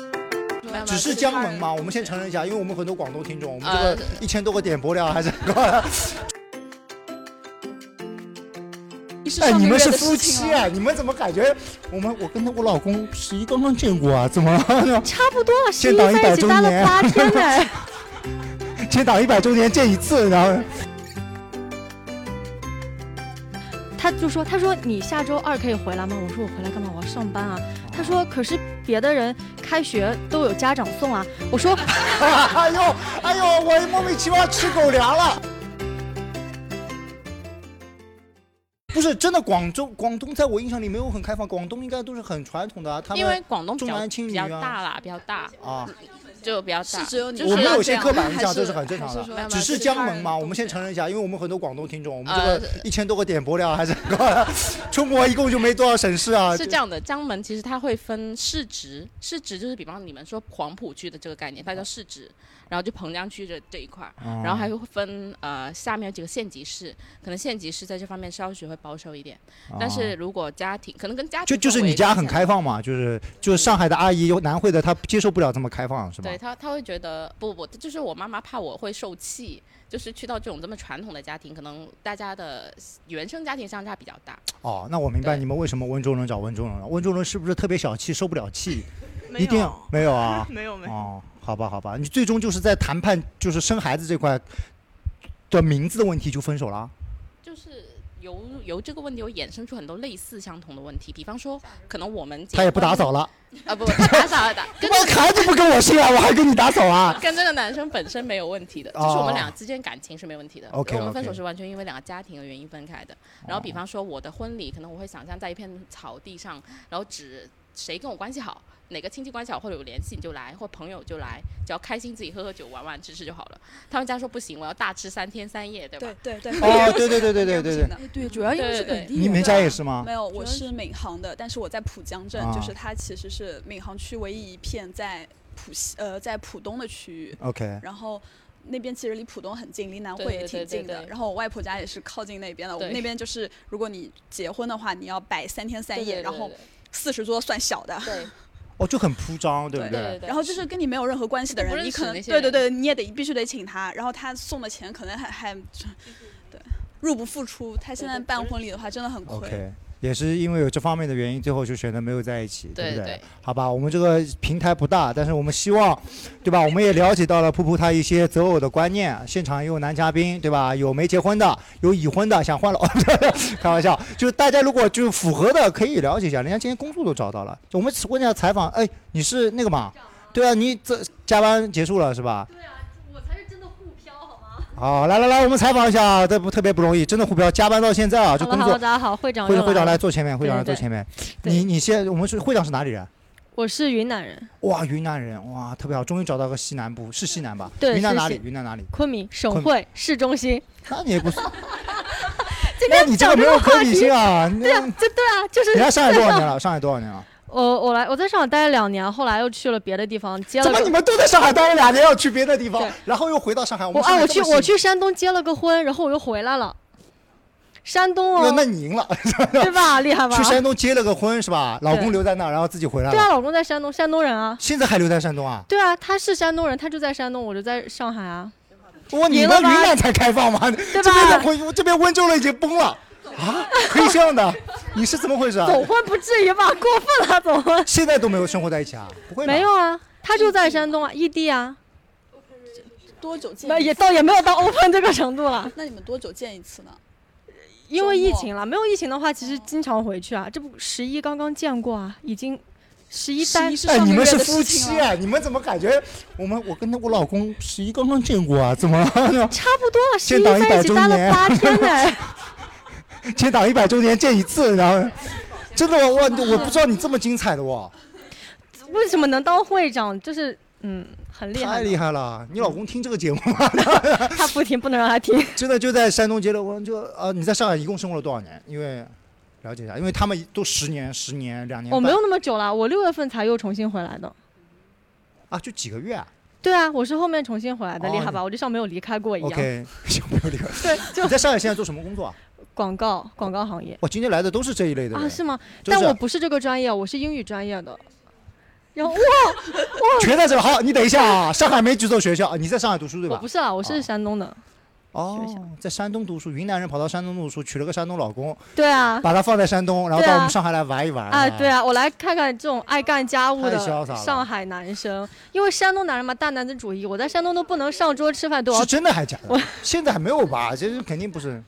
吗？只是江门嘛，我们先承认一下，因为我们很多广东听众，我们呃这个一千多个点播量还是很高的。是哎，上你个们月是的夫事妻情啊？了，你们怎么感觉我们我跟我老公十一刚刚见过啊？怎么了？ 差不多了，十建一党在一100起周待了年八天 呢。建党一百周年见一次，然后 他就说：“他说你下周二可以回来吗？”我说：“我回来干嘛？我要上班啊。”哦他说：“可是别的人开学都有家长送啊。”我说哎呦哎呦，我莫名其妙吃狗粮了。不是真的，广州广东在我印象里没有很开放，广东应该都是很传统的啊。他们因为广东比重较男轻比女较啊大啦，比较大，啊，就比较大。是只有你就我是们要有这些样刻板印还象，这是是很正还常是的哎说。要只把是其他江人门嘛，都我们先承认一下，因为我们很多广东听众，我们这呃个一千多个点播量还是 很高的。中国一共就没多少省市啊。是这样的，江门其实它会分市值，市值就是比方你们说黄埔区的这个概念，它叫市值，然后就彭江区这这一块儿，哦然后还会分呃下面有几个县级市，可能县级市在这方面稍许会保守一点，但是如果家庭可能跟家庭哦啊就就是氛围你家影很响开放嘛，就是就是上海的阿姨有南汇的，她接受不了这么开放，是吗对？他，他会觉得不不，就是我妈妈怕我会受气，就是去到这种这么传统的家庭，可能大家的原生家庭相差比较大。哦，那我明白对你们为什么温州人找温州人了。温州人是不是特别小气，受不了气？没一定有？没有啊没 有没有，哦，好吧，好吧，你最终就是在谈判，就是生孩子这块的名字的问题就分手了。就是由由这个问题，我衍生出很多类似相同的问题，比方说，可能我们结他也不打婚扫了，啊，不不，他打扫了打，跟我孩子不跟我姓啊，我还跟你打扫啊？跟这个男生本身没有问题的，就是哦我们俩之间感情是没问题的。 OK，OK 我们分手是完全因为两个家庭的原因分开的。然后比方说我的婚礼，可能我会想象在一片草地上，然后指谁跟我关系好，哪个亲戚关系好或者有联系你就来，或朋友就来，只要开心自己喝喝酒玩玩吃吃就好了。他们家说不行，我要大吃三天三夜，对吧？对对对，哦，对对对对对对对，对，对，主要因为是对对本地人。你们家也是吗？没有，主我要是是闵行的，但是我在浦江镇，啊就是它其实是闵行区唯一一片在浦西呃在浦东的区域， OK，然后。那边其实离浦东很近，离南汇对也对挺对近对的。对然后我外婆家也是靠近那边的。我们对那边就是，如果你结婚的话，你要摆三天三夜，对然后四十桌算小的。对哦，就很铺张，对不对对对对，然后就是跟你没有任何关系的都不人，你认识可能那些对对人嗯对，你也得必须得请他，然后他送的钱可能还还对入不敷出。他现在对对办不是婚礼的话真的很亏。 OK，也是因为有这方面的原因，最后就选择没有在一起，对不对好吧，我们这个平台不大，但是我们希望，对吧？我们也了解到了噗噗他一些择偶的观念，现场也有男嘉宾，对吧？有没结婚的，有已婚的，想换老， 开玩笑，就是大家如果就是符合的，可以了解一下，人家今天工作都找到了。我们问一下采访，哎，你是那个嘛？对啊，你这加班结束了是吧？我才是真的沪漂好吗？好，来来来，我们采访一下啊，这不特别不容易，真的沪漂加班到现在啊，这好了工好了，作。大家好，会长会又长，会长来来了，坐前面，会长来坐对对前面。对你你先，我们是会长是哪里人？我是云南人，哇，云南人，哇，特别好，终于找到个西南部，是西南吧？对云南是哪里西？云南哪里？昆明省昆会市中心。那你也 不是，那你这个没有可比性啊！你对啊，这对啊，就是你来上海多少年了？上海多少年 了？我我来我在上海待了两年，后来又去了别的地方，接怎么了你个们都在上海待了两年，要去别的地方对，然后又回到上海？我们啊上海我这去么我幸去山东结了个婚，然后我又回来了，山东运，那那哦，你赢了，对吧？厉害吧去？山东结了个婚是吧？老公对留在那儿，然后自己回来对啊，了。老公在山东，山东人啊。现在还留在山东啊？对啊，他是山东人，他就在山东，我就在上海啊，哇，你赢们了云吧南才开放吗？对这边的吧？回，这边温州人已经崩了啊！可以这样的，你是怎么回事啊？ 总婚不至于吧？过分了，总婚现在都没有生活在一起啊？不会吧 没有啊，他就在山东啊，异地啊，多久见那一也次？倒也没有到 open 这个程度了，那你们多久见一次呢？ 因为疫情了，没有疫情的话，其实经常回去啊，这不十一刚刚见过啊，已经十一十单一是哎，上你个们月是的夫事情妻了。啊？你们怎么感觉我们我跟我老公十一刚刚见过啊？怎么了？ 差不多了，十建一党在一100起周待年了八天 呢。建党一百周年见一次，然后真的我我我不知道你这么精彩的哇，为什么能当会长？就是嗯，很厉害太的，厉害了！你老公听这个节目吗？ 他不听，不能让他听。真的就在山东结了婚，就呃你在上海一共生活了多少年？因为了解一下，因为他们都十年、十年、两年 我半没有那么久了，我六月份才又重新回来的。啊，就几个月啊。对啊，我是后面重新回来的，哦厉害吧？我就像没有离开过一样。 OK，小朋友厉害。对，你就在上海现在做什么工作啊？广告广告行业我今天来的都是这一类的啊，人，是吗？真但是我不是这个专业，我是英语专业的。然后全在这儿好，你等一下啊，上海没举手学校，你在上海读书对我吧不？是啊，我是哦山东的。哦学校，在山东读书，云南人跑到山东读书，娶了个山东老公，对啊，把他放在山东，然后对啊到我们上海来玩一玩。哎啊，对，啊，我来看看这种爱干家务太潇的洒了上海男生，因为山东男人嘛，大男子主义，我在山东都不能上桌吃饭，都要 是真的还假的？现在还没有吧？这是肯定不是。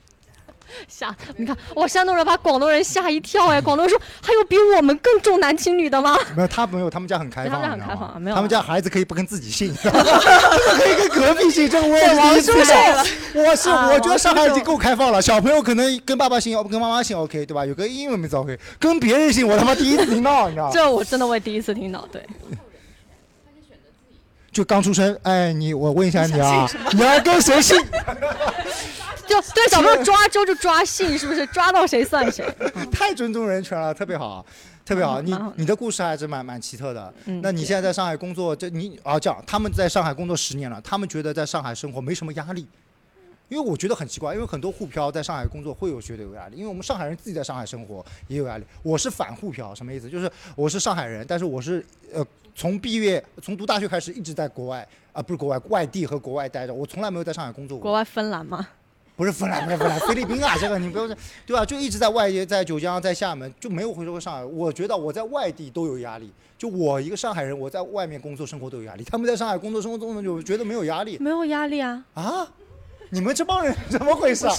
吓。你看，我山东人把广东人吓一跳哎，广东人说还有比我们更重男轻女的吗？没有，他没有，他们家很开对他放，们家你很知道开吗放没有他们啊家孩子可以不跟自己 姓，他们可以跟隔壁姓，这个我也对王是第一次叔叔见。我是啊我觉得王上叔海已叔经够开放了，小朋友可能跟爸爸姓，跟妈妈姓 OK，对吧？有个英文名字 OK，跟别人姓我他妈第一次听到，你知道吗？这我真的我也第一次听到，对，就刚出生，哎，你我问一下你啊，你要跟谁姓？就对小朋友抓周就抓姓，是不是？抓到谁算谁。太尊重人权了，特别好，特别好。你嗯蛮好的你的故事还是蛮蛮奇特的。嗯那你现在在上海工作，这你啊这样，他们在上海工作十年了，他们觉得在上海生活没什么压力，因为我觉得很奇怪，因为很多沪漂在上海工作会有觉得有压力，因为我们上海人自己在上海生活也有压力。我是反沪漂，什么意思？就是我是上海人，但是我是呃从毕业从读大学开始一直在国外啊、不是国外外地和国外待着，我从来没有在上海工作过国。外芬兰嘛，不是 芬兰，不是芬兰，菲律宾啊，这个你不要，对吧？就一直在外地，在九江，在厦门，就没有回说上海。我觉得我在外地都有压力，就我一个上海人，我在外面工作生活都有压力。他们在上海工作生活中，就觉得没有压力没有压力啊。啊？你们这帮人怎么回事啊？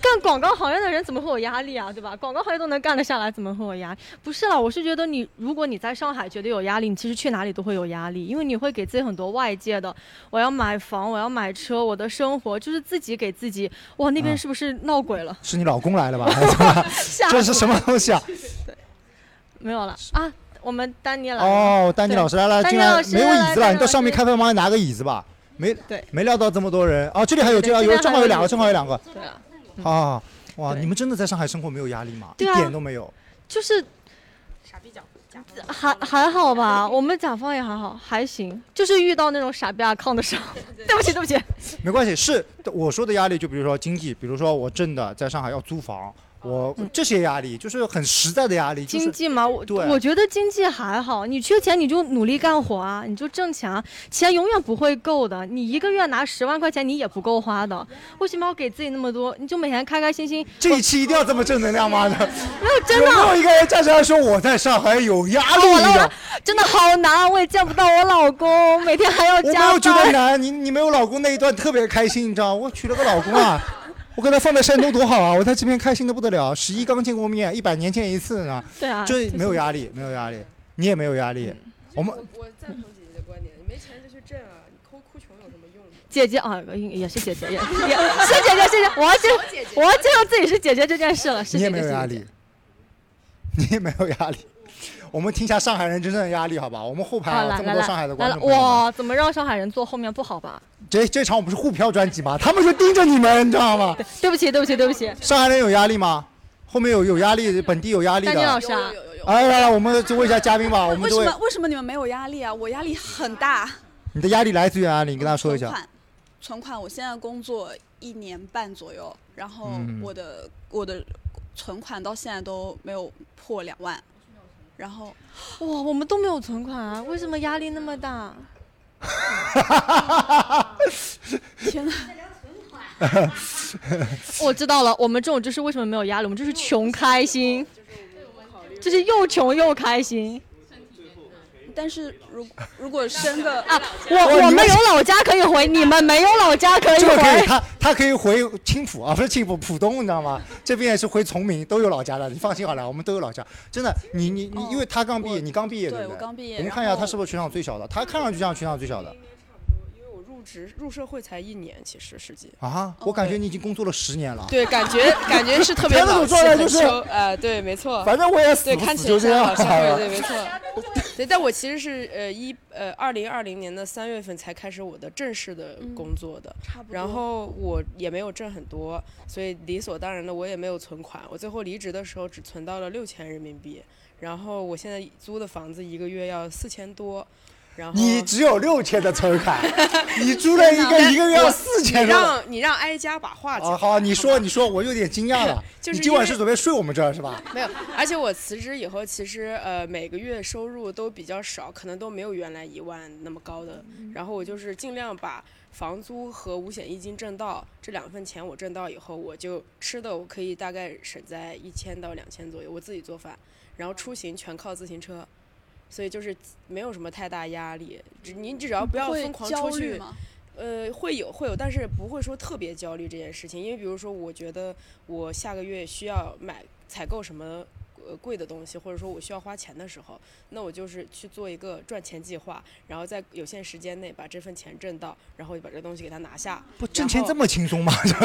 干广告行业的人怎么会有压力啊？对吧？广告行业都能干得下来，怎么会有压力？不是啦，我是觉得你，如果你在上海觉得有压力，你其实去哪里都会有压力，因为你会给自己很多外界的，我要买房，我要买车，我的生活就是自己给自己。哇，那边啊是不是闹鬼了？是你老公 来了吧？还是怎么嗯吓这是什么东西啊？没有了啊！我们丹尼来了，哦，丹尼老师来了，丹竟尼然老师没有椅来子丹了，尼你到老上面师开饭吗？拿个椅子吧。没对没料到这么多人哦，这里还有，对这里这有，边正还好有有两椅个，子正好有两个对啊，啊！哇，对你们真的在上海生活没有压力吗？一对啊点都没有。就是傻逼讲讲还还好吧，我们甲方也还好，还行，就是遇到那种傻逼啊抗的时候，对不起，对不起，没关系，是我说的压力，就比如说经济，比如说我挣的在上海要租房，我、嗯这些压力就是很实在的压力，就经是济嘛，我对我觉得经济还好，你缺钱你就努力干活啊，你就挣钱啊，钱永远不会够的。你一个月拿十万块钱，你也不够花的。为什么要给自己那么多？你就每天开开心心。这一期一定要这么正能量吗？没有， 真有没的有一个人站出来说我在上海有压力我的了？真的好难，啊我也见不到我老公，每天还要我没加有觉得班。难，你你没有老公那一段特别开心，你知道吗，我娶了个老公 啊。我跟他放在山东多好啊！我在这边开心的不得了，十一刚见过面，一百年见一次呢，对啊，嗯这没有压力，没有压力，你也没有压力。我们我赞同姐姐的观点，你没钱就去挣啊，你抠哭穷有什么用呢？姐姐啊，也是姐姐，也也是姐姐，是姐姐，我要接，我要接受自己是姐姐这件事了。是你也姐没姐有是压姐姐力，你也没有压力。我们听一下上海人真正的压力，好吧？我们后排好，啊，来这么来多来上海的来观了，众朋友们，哇，怎么让上海人坐后面不好吧？这这场我们是沪漂专辑嘛，他们就盯着你们，你知道吗？对不起，对不起，对不起。上海人有压力吗？后面有有压力，本地有压力丹尼老的。师啊，有有有，哎，来来，我们就问一下嘉宾吧。我们为这什位，么为什么你们没有压力啊？我压力很大。你的压力来自于哪里？你你跟大家说一下。。存款，我现在工作一年半左右，然后嗯我的、我的存款到现在都没有破两万，然后哇，我们都没有存款啊，为什么压力那么大？天哪， 我知道了，我们这种就是为什么没有压力，我们就是穷开 心，就是又穷又开心但是如如果 生个啊！哇我我你们们有老家可以回，你们没有老家哎可以这个可以，回。他他可以回青浦啊，不是青浦，浦东，你知道 吗？这边也是回崇明，都有老家的，你放心好了，我们都有老家。真的，你你哦你，因为他刚毕业，我你刚毕业对不我对？刚毕业，我们看一下他是不不是全场最小的，他看上去像全场最嗯小的。因为我入职入社会才一年，其实实际。啊，哦我感觉你已经工作了十年了。对，感 觉感觉是特别他那种老气，状态就很是羞，呃，对，没错，反正我也死对，不看死起来就这像样老。社会，对，没错，对，但我其实是呃一呃二零二零年的三月份才开始我的正式的工作的，差不多，然后我也没有挣很多，所以理所当然的我也没有存款。我最后离职的时候只存到了六千人民币，然后我现在租的房子一个月要四千多，然后 你只有六千的存款，哦 你租了一个一个月 要四千你多。让你让哀家把话讲啊，完。好，你说吧你说，我有点惊讶了。 就是你今晚因为是准备睡我们这儿是 吧？没有，而且我辞职以后，其实呃每个月收入都比较少，可能都没有原来一万那么高的。嗯然后我就是尽量把房租和五险一金挣到这两份钱，我挣到以后，我就吃的我可以大概省在一千到两千左右，我自己做饭，然后出行全靠自行车，所以就是没有什么太大压力。只您只要不要会疯狂焦出虑去，吗？呃，会有会有，但是不会说特别焦虑这件事情，因为比如说，我觉得我下个月需要买采购什么呃贵的东西，或者说我需要花钱的时候，那我就是去做一个赚钱计划，然后在有限时间内把这份钱挣到，然后就把这东西给它拿下。不，挣钱后这么轻松吗？ 天啊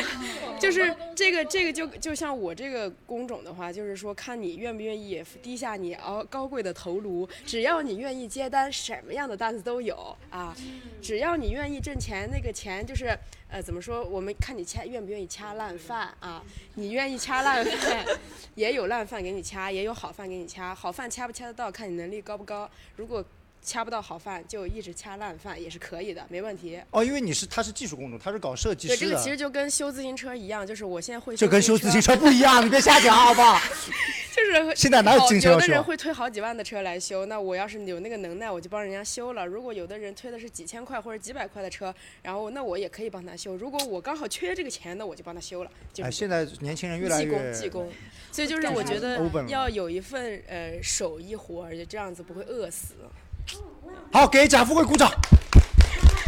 哪！就是这个这个就就像我这个工种的话，就是说看你愿不愿意低下你熬高贵的头颅，只要你愿意接单，什么样的单子都有啊，只要你愿意挣钱，那个钱就是呃怎么说，我们看你掐愿不愿意掐烂饭啊，你愿意掐烂饭，也有烂饭给你掐，也有好饭给你掐，好饭掐不掐得到，看你能力高不高，如果。掐不到好饭就一直掐烂饭也是可以的，没问题。哦，因为你是他是技术工种，他是搞设计对，这师个其实的，就跟修自行车一样，就是我现在会这跟修自行车不一样，你别瞎讲好不 好？就是现在哪有好进车有要的修人啊？会推好几万的车来修，那我要是有那个能耐，我就帮人家修了。如果有的人推的是几千块或者几百块的车，然后那我也可以帮他修。如果我刚好缺这个钱，那我就帮他修了。就是哎，这现在年轻人越样来技工越技工，所以就是我觉得 open 了。要有一份呃手艺活，而且这样子不会饿死。好，给贾富贵鼓掌。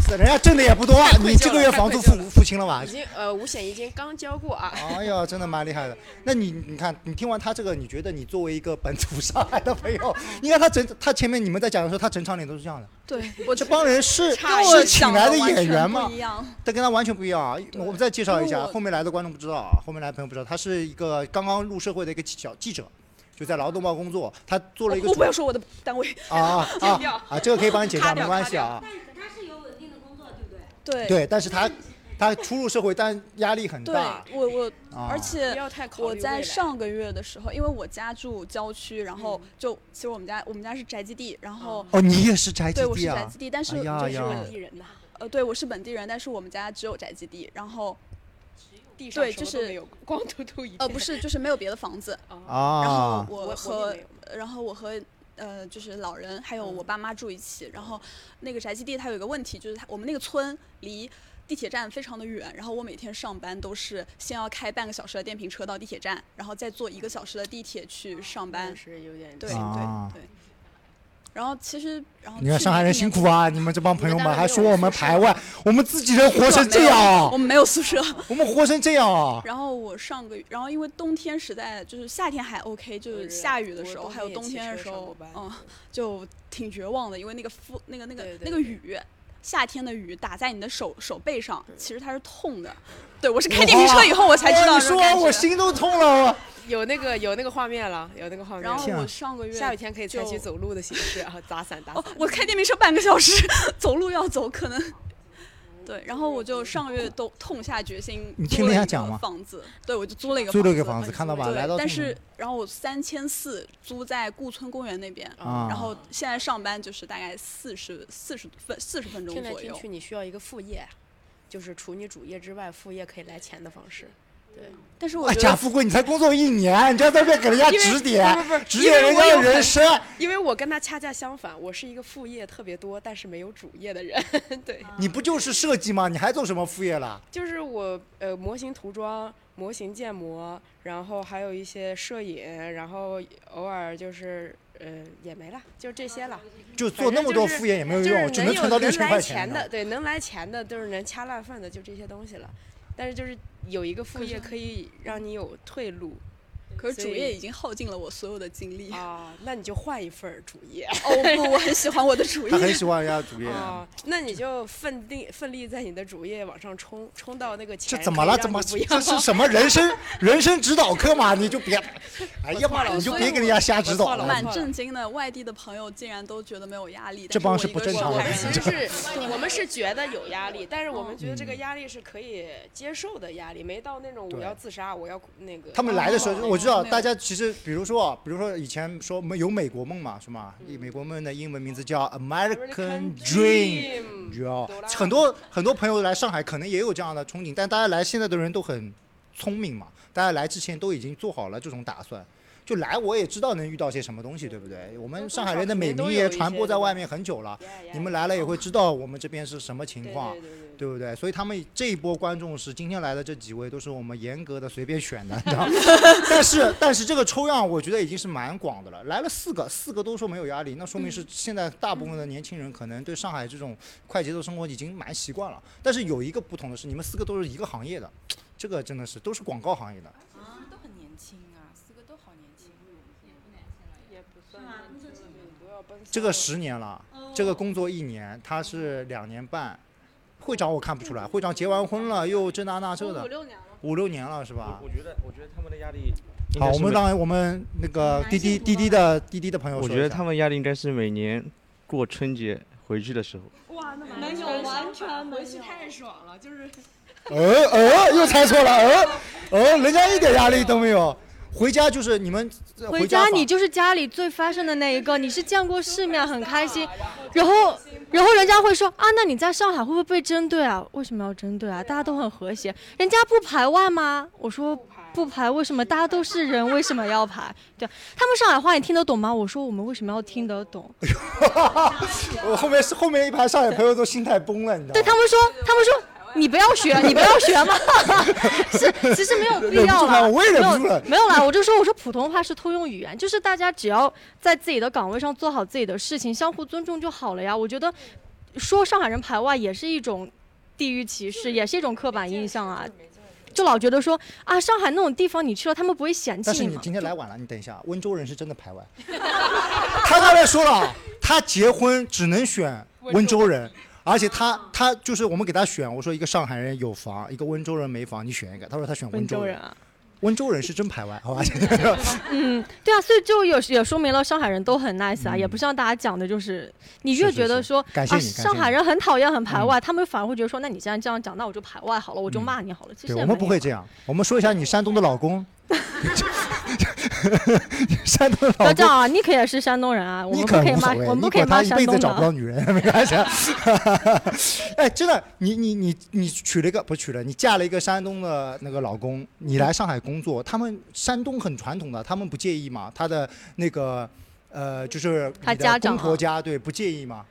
是人家挣的也不多啊，愧疚了你这个月房租太愧疚付了付清了吧已？经呃五险一金刚交过 啊， 哎呀，真的蛮厉害的。那你你看，你听完他这个，你觉得你作为一个本土上海的朋友，你看他整他前面你们在讲的时候，他整场脸都是这样的。对，我这帮人是跟是我请想来的完演全员不吗一？样。但跟他完全不一样啊！我们再介绍一因为下，我后面来的观众不知道啊，后面来的朋友不知道，他是一个刚刚入社会的一个小记者，就在劳动报工作，他做了一个我主不要说我的单位。啊啊啊啊，这个可以帮你解决，咔没掉关咔系啊。他是有稳定的工作，对不对？对对，但是他他初入社会，但压力很对大，我我，啊。而且不要太考虑我未在来上个月的时候，因为我家住郊区，然后就其实我们家我们家是宅基地，然后哦，你也是宅基对我是地宅啊基？地，但是哎呀就是呀我本地人呐、呃对我是本地人，但是我们家只有宅基地，然后地上对什么都就是没有，光秃秃一片。呃不是就是没有别的房子，然后啊，我我和我也没有然后我和呃就是老人还有嗯我爸妈住一起，然后那个宅基地它有一个问题，就是它我们那个村离。地铁站非常的远，然后我每天上班都是先要开半个小时的电瓶车到地铁站，然后再坐一个小时的地铁去上班当。时有点对、啊对对。然后其实，然后你看上海人辛苦啊，你们这帮朋友我们们还单位说没有我们宿舍排 外，我们自己人活去成年这样没有我啊，们没有宿舍。我们活成这样啊。然后我上个月，然后因为冬天实在就是夏天还 OK，就是下雨的时候，还有冬天的时候，嗯，就挺绝望的，因为那个风，那个那个对对那个雨。夏天的雨打在你的手手背上，其实它是痛的。对我是开电瓶车以后我才知哇道你这种说感完我觉。心都痛了，我有那个有那个画面了，有那个画面了。然后天啊我上个月下雨天可以采取就走路的形式 啊，打伞打伞哦。，我开电瓶车半个小时， 走路要走可哦能。对，然后我就上个月都痛下决心，你租听人了家一讲个吗房子，对我就租了一个租了一个房房子子，看到吧？对，来到但这种是然后我三千四租在顾村公园那边，啊，然后现在上班就是大概四十四十分四十分钟听来左听右去，。你需要一个副业，就是除你主业之外，副业可以来钱的方式。但是我啊，觉贾得富贵，你才工作一年，你就在这边给人家因为指点不是不是，指因点为人我家的有人很生。因为我跟他恰恰相反，我是一个副业特别多，但是没有主业的人。 对，你不就是设计吗？你还做什么副业了？就是我呃，模型涂装、模型建模，然后还有一些摄影，然后偶尔就是呃也没了，就这些了。就做那么多副业也没有就是用，能只有存到六千来块钱你知道的，吗。对，能来钱的，就是能掐烂饭的，就这些东西了。但是就是有一个副业可以让你有退路可是所主以业已经耗尽了我所有的精力。哦啊，那你就换一份儿主业不，我很喜欢我的主他很业。喜欢人家主业。啊，那你就奋力奋力在你的主业往上冲，冲到那个这钱怎么了？哎可怎么以让你不要这是什么人 生人生指导课嘛？你就别，哎呀妈，我错了你就我别错给人家瞎指导我错了了。蛮震惊的，外地的朋友竟然都觉得没有压力，这帮是不正常我的们人。其 实是，我们是觉得有压力，但是我们觉得这个嗯压力是可以接受的压力，没到那种我对要自杀，我要那个。啊哦他们来的时候，我知道，没有大家其实比如说，啊，比如说以前说美有美国梦嘛，是吗？美国梦的英文名字叫 American Dream，你知道哆啦 A 梦很多很多朋友来上海可能也有这样的憧憬，但大家来现在的人都很聪明嘛，大家来之前都已经做好了这种打算。就来，我也知道能遇到些什么东西，对不对？我们上海人的美名也传播在外面很久了，你们来了也会知道我们这边是什么情况。对对对对对不对？所以他们这一波观众是今天来的这几位，都是我们严格的随便选的，你知道 吗？但是但是这个抽样我觉得已经是蛮广的了，来了四个，四个都说没有压力，那说明嗯是现在大部分的年轻人可能对上海这种快节奏生活已经蛮习惯了。但是有一个不同的是，你们四个都是一个行业的，这个真的是都是广告行业的。啊，都很年轻啊，四个都好年轻。也不算是吗那这是都要奔三这个了十年了，哦这个工作一年，他是两年半。会长我看不出来，会长结完婚了又这那那这的，哦六年了，五六年了是吧？我觉得，我觉得他们的压力应该是每，好，我们让我们那个滴滴滴滴的滴滴的朋友说我一下，觉得他们压力应该是每年过春节回去的时候。哇，那没有完全没有回去太爽了，就是呃呃又猜错了，呃呃，人家一点压力都没有，回家就是你们呃回家家吧你就是家里最 fashion 的那一个，你是见过世面，很开心。然后，然后人家会说啊，那你在上海会不会被针对啊？为什么要针对啊？大家都很和谐，人家不排外吗？我说不排，为什么？大家都是人，为什么要排？对他们上海话你听得懂吗？我说我们为什么要听得懂？ 我呃后面是后面一排上海朋友都心态崩了，你知道对吗？他们说，他们说。你不要学，你不要学嘛，是 其实没 有必忍不要住了，了，我也忍不住了。没有啦，我就说，我说普通话是通用语言，就是大家只要在自己的岗位上做好自己的事情，相互尊重就好了呀。我觉得说上海人排外也是一种地域歧视，也是一种刻板印象啊。就老觉得说啊，上海那种地方你去了，他们不会嫌但是弃你吗？今天来晚了，你等一下，温州人是真的 排外。他刚才说了，他结婚只能选温州人，而且他他就是我们给他选，我说一个上海人有房，一个温州人没房，你选一个。他说他选温温州州人人。啊，温州人是真排外，好 吧？嗯，对啊，所以就有也说明了上海人都很 nice 啊，也不像大家讲的，就是你嗯越是是觉得是说感谢你感谢啊，上海你人很讨厌很排外，他们反而会觉得说，那你既然这样讲，那我就排外好了，我就嗯骂你好了。其实对，也我没们不会有这样。我们说一下你山东的老公， 山东不老要这公，样啊！尼克也是山东人啊，我你们不可以无骂，所谓，我们你不可以管他骂一山辈东子找不的。啊到女人，没关系啊。 哎，真的，你你你你娶了一个不是娶了，你嫁了一个山东的那个老公，你来上海工作，他们山东很传统的，他们不介意吗？他的那个呃，就是他你的家长公婆啊家对不介意吗？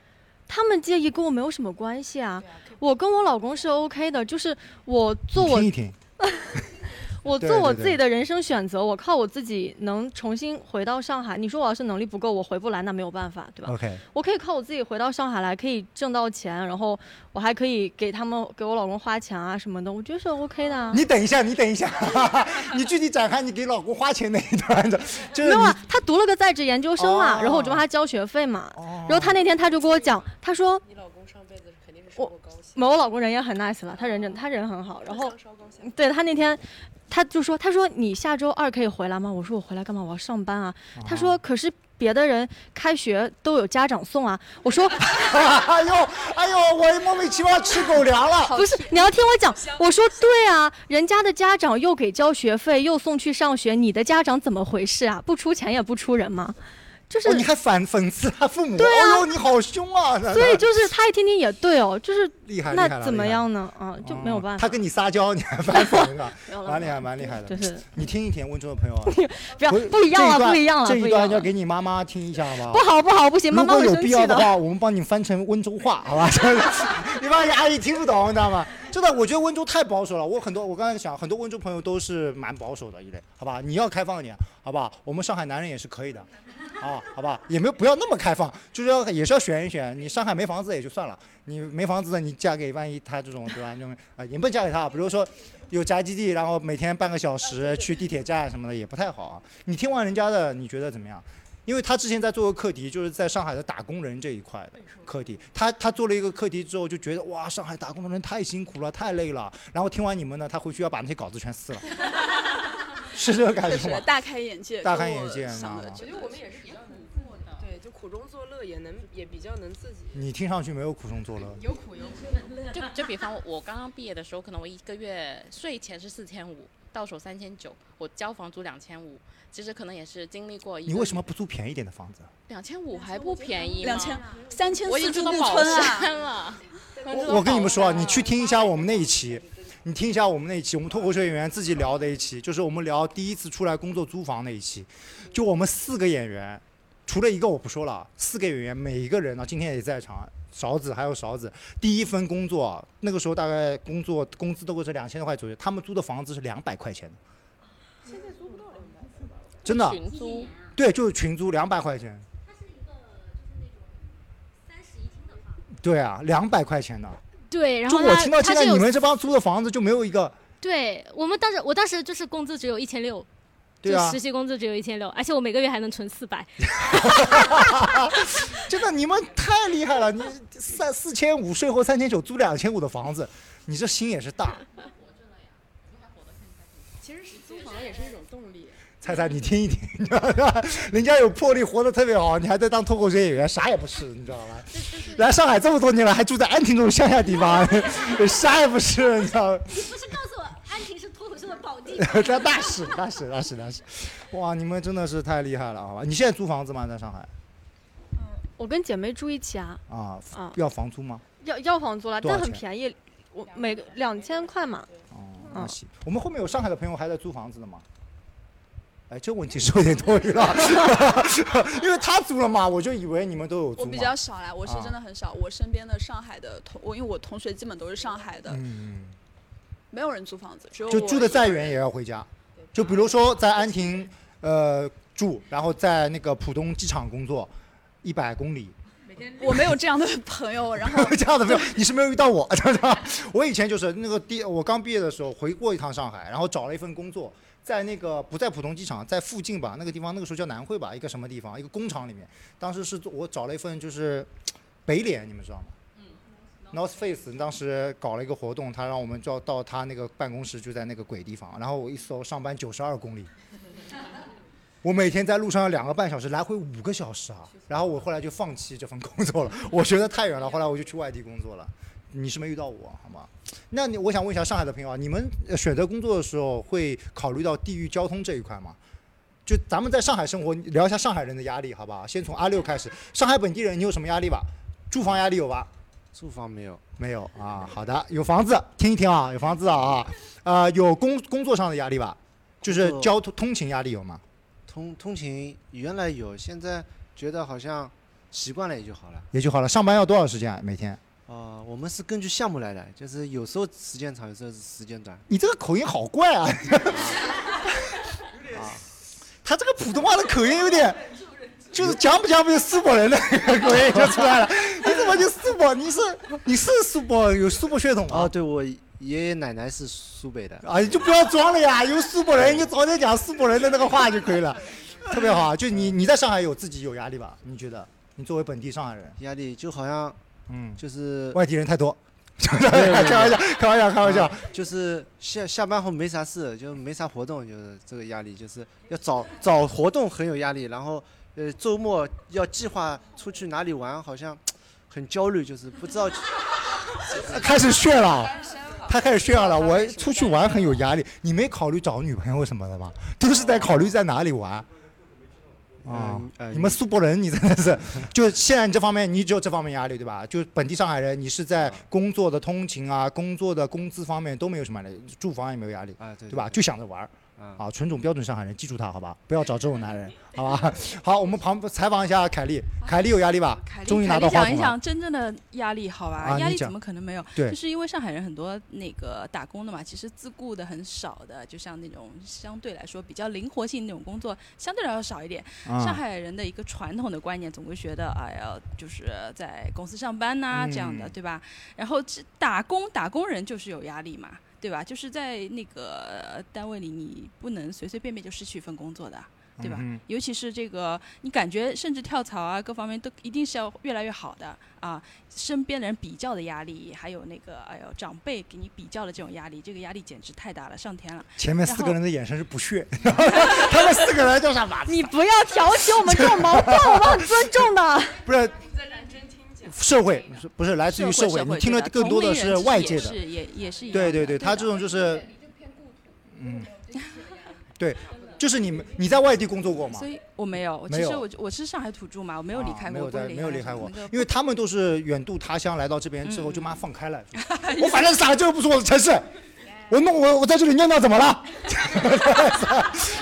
他们介意跟我没有什么关系啊，我跟我老公是 OK 的，就是我做你我听一听，我对做我对对自己的人生选择，我靠我自己能重新回到上海。你说我要是能力不够，我回不来，那没有办法，对吧？ OK，我可以靠我自己回到上海来，可以挣到钱，然后我还可以给他们给我老公花钱啊什么的，我觉得是 OK 的啊。你等一下，你等一下， 你具体展开你给老公花钱那一段的，就没是有你啊，他读了个在职研究生嘛，哦然后我就帮他交学费嘛。哦然后他那天他就跟我讲，他说你老公上辈子肯定是我烧过高薪，没有，我老公人也很 nice 了，他人真他人很好。然后刚烧高薪对他那天，他就说，他说你下周二可以回来吗？我说我回来干嘛？我要上班啊。哦他说可是别的人开学都有家长送啊。我 说 哎呦，哎呦，我莫名其妙吃狗粮了。不是，你要听我 讲。我说对啊，人家的家长又给交学费，又送去上学，你的家长怎么回事啊？不出钱也不出人吗？就是哦，你还反讽刺他父母？对啊、哎呦，你好凶啊！ 所以就是他一听听也对哦，就是厉害，厉害那了怎么？厉样呢？啊害，就没有办哦法。他跟你撒娇，你还反讽 啊，没有了蛮厉害，蛮厉害的。就是你听一听温州的朋友啊， 不要不不一样这了，段不一样了，这不一一样段了要。给你妈妈听一下吧。不好不好，不行，妈如妈果会有生必气要的。话，我们帮你翻成温州话，好吧？ 你怕阿姨听不懂，你知道吗？真的，我觉得温州太保守了。我很多，我刚才想，很多温州朋友都是蛮保守的一类，好吧？你要开放一点，好吧？我们上海男人也是可以的，啊，好吧？也没有不要那么开放，就是要也是要选一选。你上海没房子也就算了，你没房子的，你嫁给万一他这种对吧？那种啊，也不能嫁给他，比如说有宅基地，然后每天半个小时去地铁站什么的也不太好啊。你听完人家的，你觉得怎么样？因为他之前在做个课题，就是在上海的打工人这一块的课题。他他做了一个课题之后，就觉得哇，上海打工的人太辛苦了，太累了。然后听完你们呢，他回去要把那些稿子全撕了，是这个感确觉实吗？大开眼界，大跟开我眼界想嘛的我觉得我们也是比较能嗯对，就苦中作乐，也能也比较能自己你听上去没有苦中作乐，有苦有苦。就就比方我我刚刚毕业的时候，可能我一个月税前是四千五，到手三千九，我交房租两千五，其实可能也是经历过一你为什么不租便宜一点的房子？两千五还不便宜吗？两千三千我已四经住到住木宝村啊，山了。 我我跟你们说，啊，你去听一下我们那一期，你听一下我们那一期，我们脱口秀演员自己聊的一期，就是我们聊第一次出来工作租房那一期，就我们四个演员，除了一个我不说了，四个演员每一个人呢、今天也在场，勺子还有勺子，第一份工作那个时候大概工作工资都会是两千块左右，他们租的房子是两百块钱的，现在租不到真的，群租，对，就是群租两百块钱，它是一个就是那种三室一厅的房子，对啊，两百块钱的，对，然就后我他听到他现是在有你们这帮租的房子就没有一个。对我们当时我当时就是工资只有一千六。对啊，就实习工资只有一千六，而且我每个月还能存四百。真的，你们太厉害了！你三四千五税后三千九租两千五的房子，你这心也是大。其实租房也是一种动力。菜菜，你听一 听，你知道吧？人家有魄力，活得特别好，你还在当脱口秀演员，啥也不是，你知道吧？来上海这么多年了，还住在安亭这种乡下地方， 啥也不是，你知道吧？？你不是告诉我安婷是脱口秀的宝地这那是那是那是那是，哇，你们真的是太厉害了，好吧？你现在租房子吗？在上海我跟姐妹住一起啊，啊？啊要房租吗？要要房租了，多少但钱很便宜，我每个两千块嘛。哦，那嗯行。我们后面有上海的朋友还在租房子的吗？哎，这问题是有点多余了， 因为他租了嘛，我就以为你们都有租我嘛。比较少啦，我是啊真的很少。我身边的上海的同，我因为我同学基本都是上海的，嗯，没有人租房子，只有就我住的再远也要回家。就比如说在安亭，呃，住，然后在那个浦东机场工作，一百公里，我没有这样的朋友，然后这样的没有，你是没有遇到我， 知道吗？我以前就是那个第，我刚毕业的时候回过一趟上海，然后找了一份工作，在那个不在浦东机场，在附近吧，那个地方那个时候叫南汇吧，一个什么地方，一个工厂里面，当时是做我找了一份就是北脸，你们知道吗？North Face 当时搞了一个活动，他让我们到到他那个办公室，就在那个鬼地方。然后我一搜，上班九十二公里，我每天在路上要两个半小时，来回五个小时啊。然后我后来就放弃这份工作了， 我觉得太远了。后来我就去外地工作了。你是没遇到我，好吗？那你我想问一下上海的朋友啊，你们呃选择工作的时候会考虑到地域交通这一块吗？就咱们在上海生活，聊一下上海人的压力，好吧？先从阿六开始，上海本地人你有什么压力吧？住房压力有吧？住房没有，没有啊，好的，有房子，听一听啊，有房子啊，啊，有工工作上的压力吧，就是工作交通通勤压力有吗？通通勤原来有，现在觉得好像习惯了也就好了。也就好了，上班要多少时间啊每天？呃，我们是根据项目来的，就是有时候时间长，有时候时间短。你这个口音好怪啊！啊，他这个普通话的口音有点，就是讲不讲不就苏北人的 口音就出来了。你怎么就苏北？你是你是苏北有苏北血统哦，啊？对我爷爷奶奶是苏北的，啊，你就不要装了呀！有苏北人，你就早点讲苏北人的那个话就可以了，特别好啊。就你你在上海有自己有压力吧？你觉得？你作为本地上海人，压力就好像嗯，就是外地人太多。没有没有 开玩笑，开玩笑，开玩笑。啊就是下下班后没啥事，就没啥活动，就是这个压力，就是要找找活动很有压力，然后呃周末要计划出去哪里玩，好像很焦虑，就是不知道。开始炫了，他开始炫耀了。我出去玩很有压力，你没考虑找女朋友什么的吗？都是在考虑在哪里玩。啊嗯，呃你们苏泊人，你真的是，就现在你这方面，你只有这方面压力对吧？就本地上海人，你是在工作的通勤啊、工作的工资方面都没有什么压力，住房也没有压力，啊对对吧？就想着玩儿。啊嗯啊，纯种标准上海人，记住他好吧，不要找这种男人，好吧？好，我们旁采访一下凯丽，凯丽有压力吧？凯丽终于拿凯到丽话讲筒一了。讲真正的压力，好吧？啊压你力讲怎么可能没有？对就是因为上海人很多那个打工的嘛，其实自雇的很少的，就像那种相对来说比较灵活性那种工作，相对来说少一点。嗯上海人的一个传统的观念，总会觉得，哎呀，就是在公司上班呐、这样的，嗯对吧？然后这打工打工人就是有压力嘛，对吧？就是在那个呃单位里，你不能随随便便就失去一份工作的。对吧嗯哼尤其是这个，你感觉甚至跳槽啊，各方面都一定是要越来越好的啊。身边的人比较的压力，还有那个哎呦长辈给你比较的这种压力，这个压力简直太大了，上天了。前面四然个后人的眼神是不屑，他们四个人叫啥吧？ 你不要挑起我们这种毛病，我们很尊重的。不是社会，不是来自于社社会，会你听了对吧更多同的龄人是其实外界的也。是也也是一样对对的对，对他的这种就是，嗯，对，就是你们你在外地工作过吗所？以我没有，没其有实我就我是上海土著嘛，我没有离开啊没过，有不在会没有离开过那个，因为他们都是远渡他乡来到这边之后就妈放 开了，嗯我反正上海这个不是我的城市，我弄我我在这里尿尿怎么了？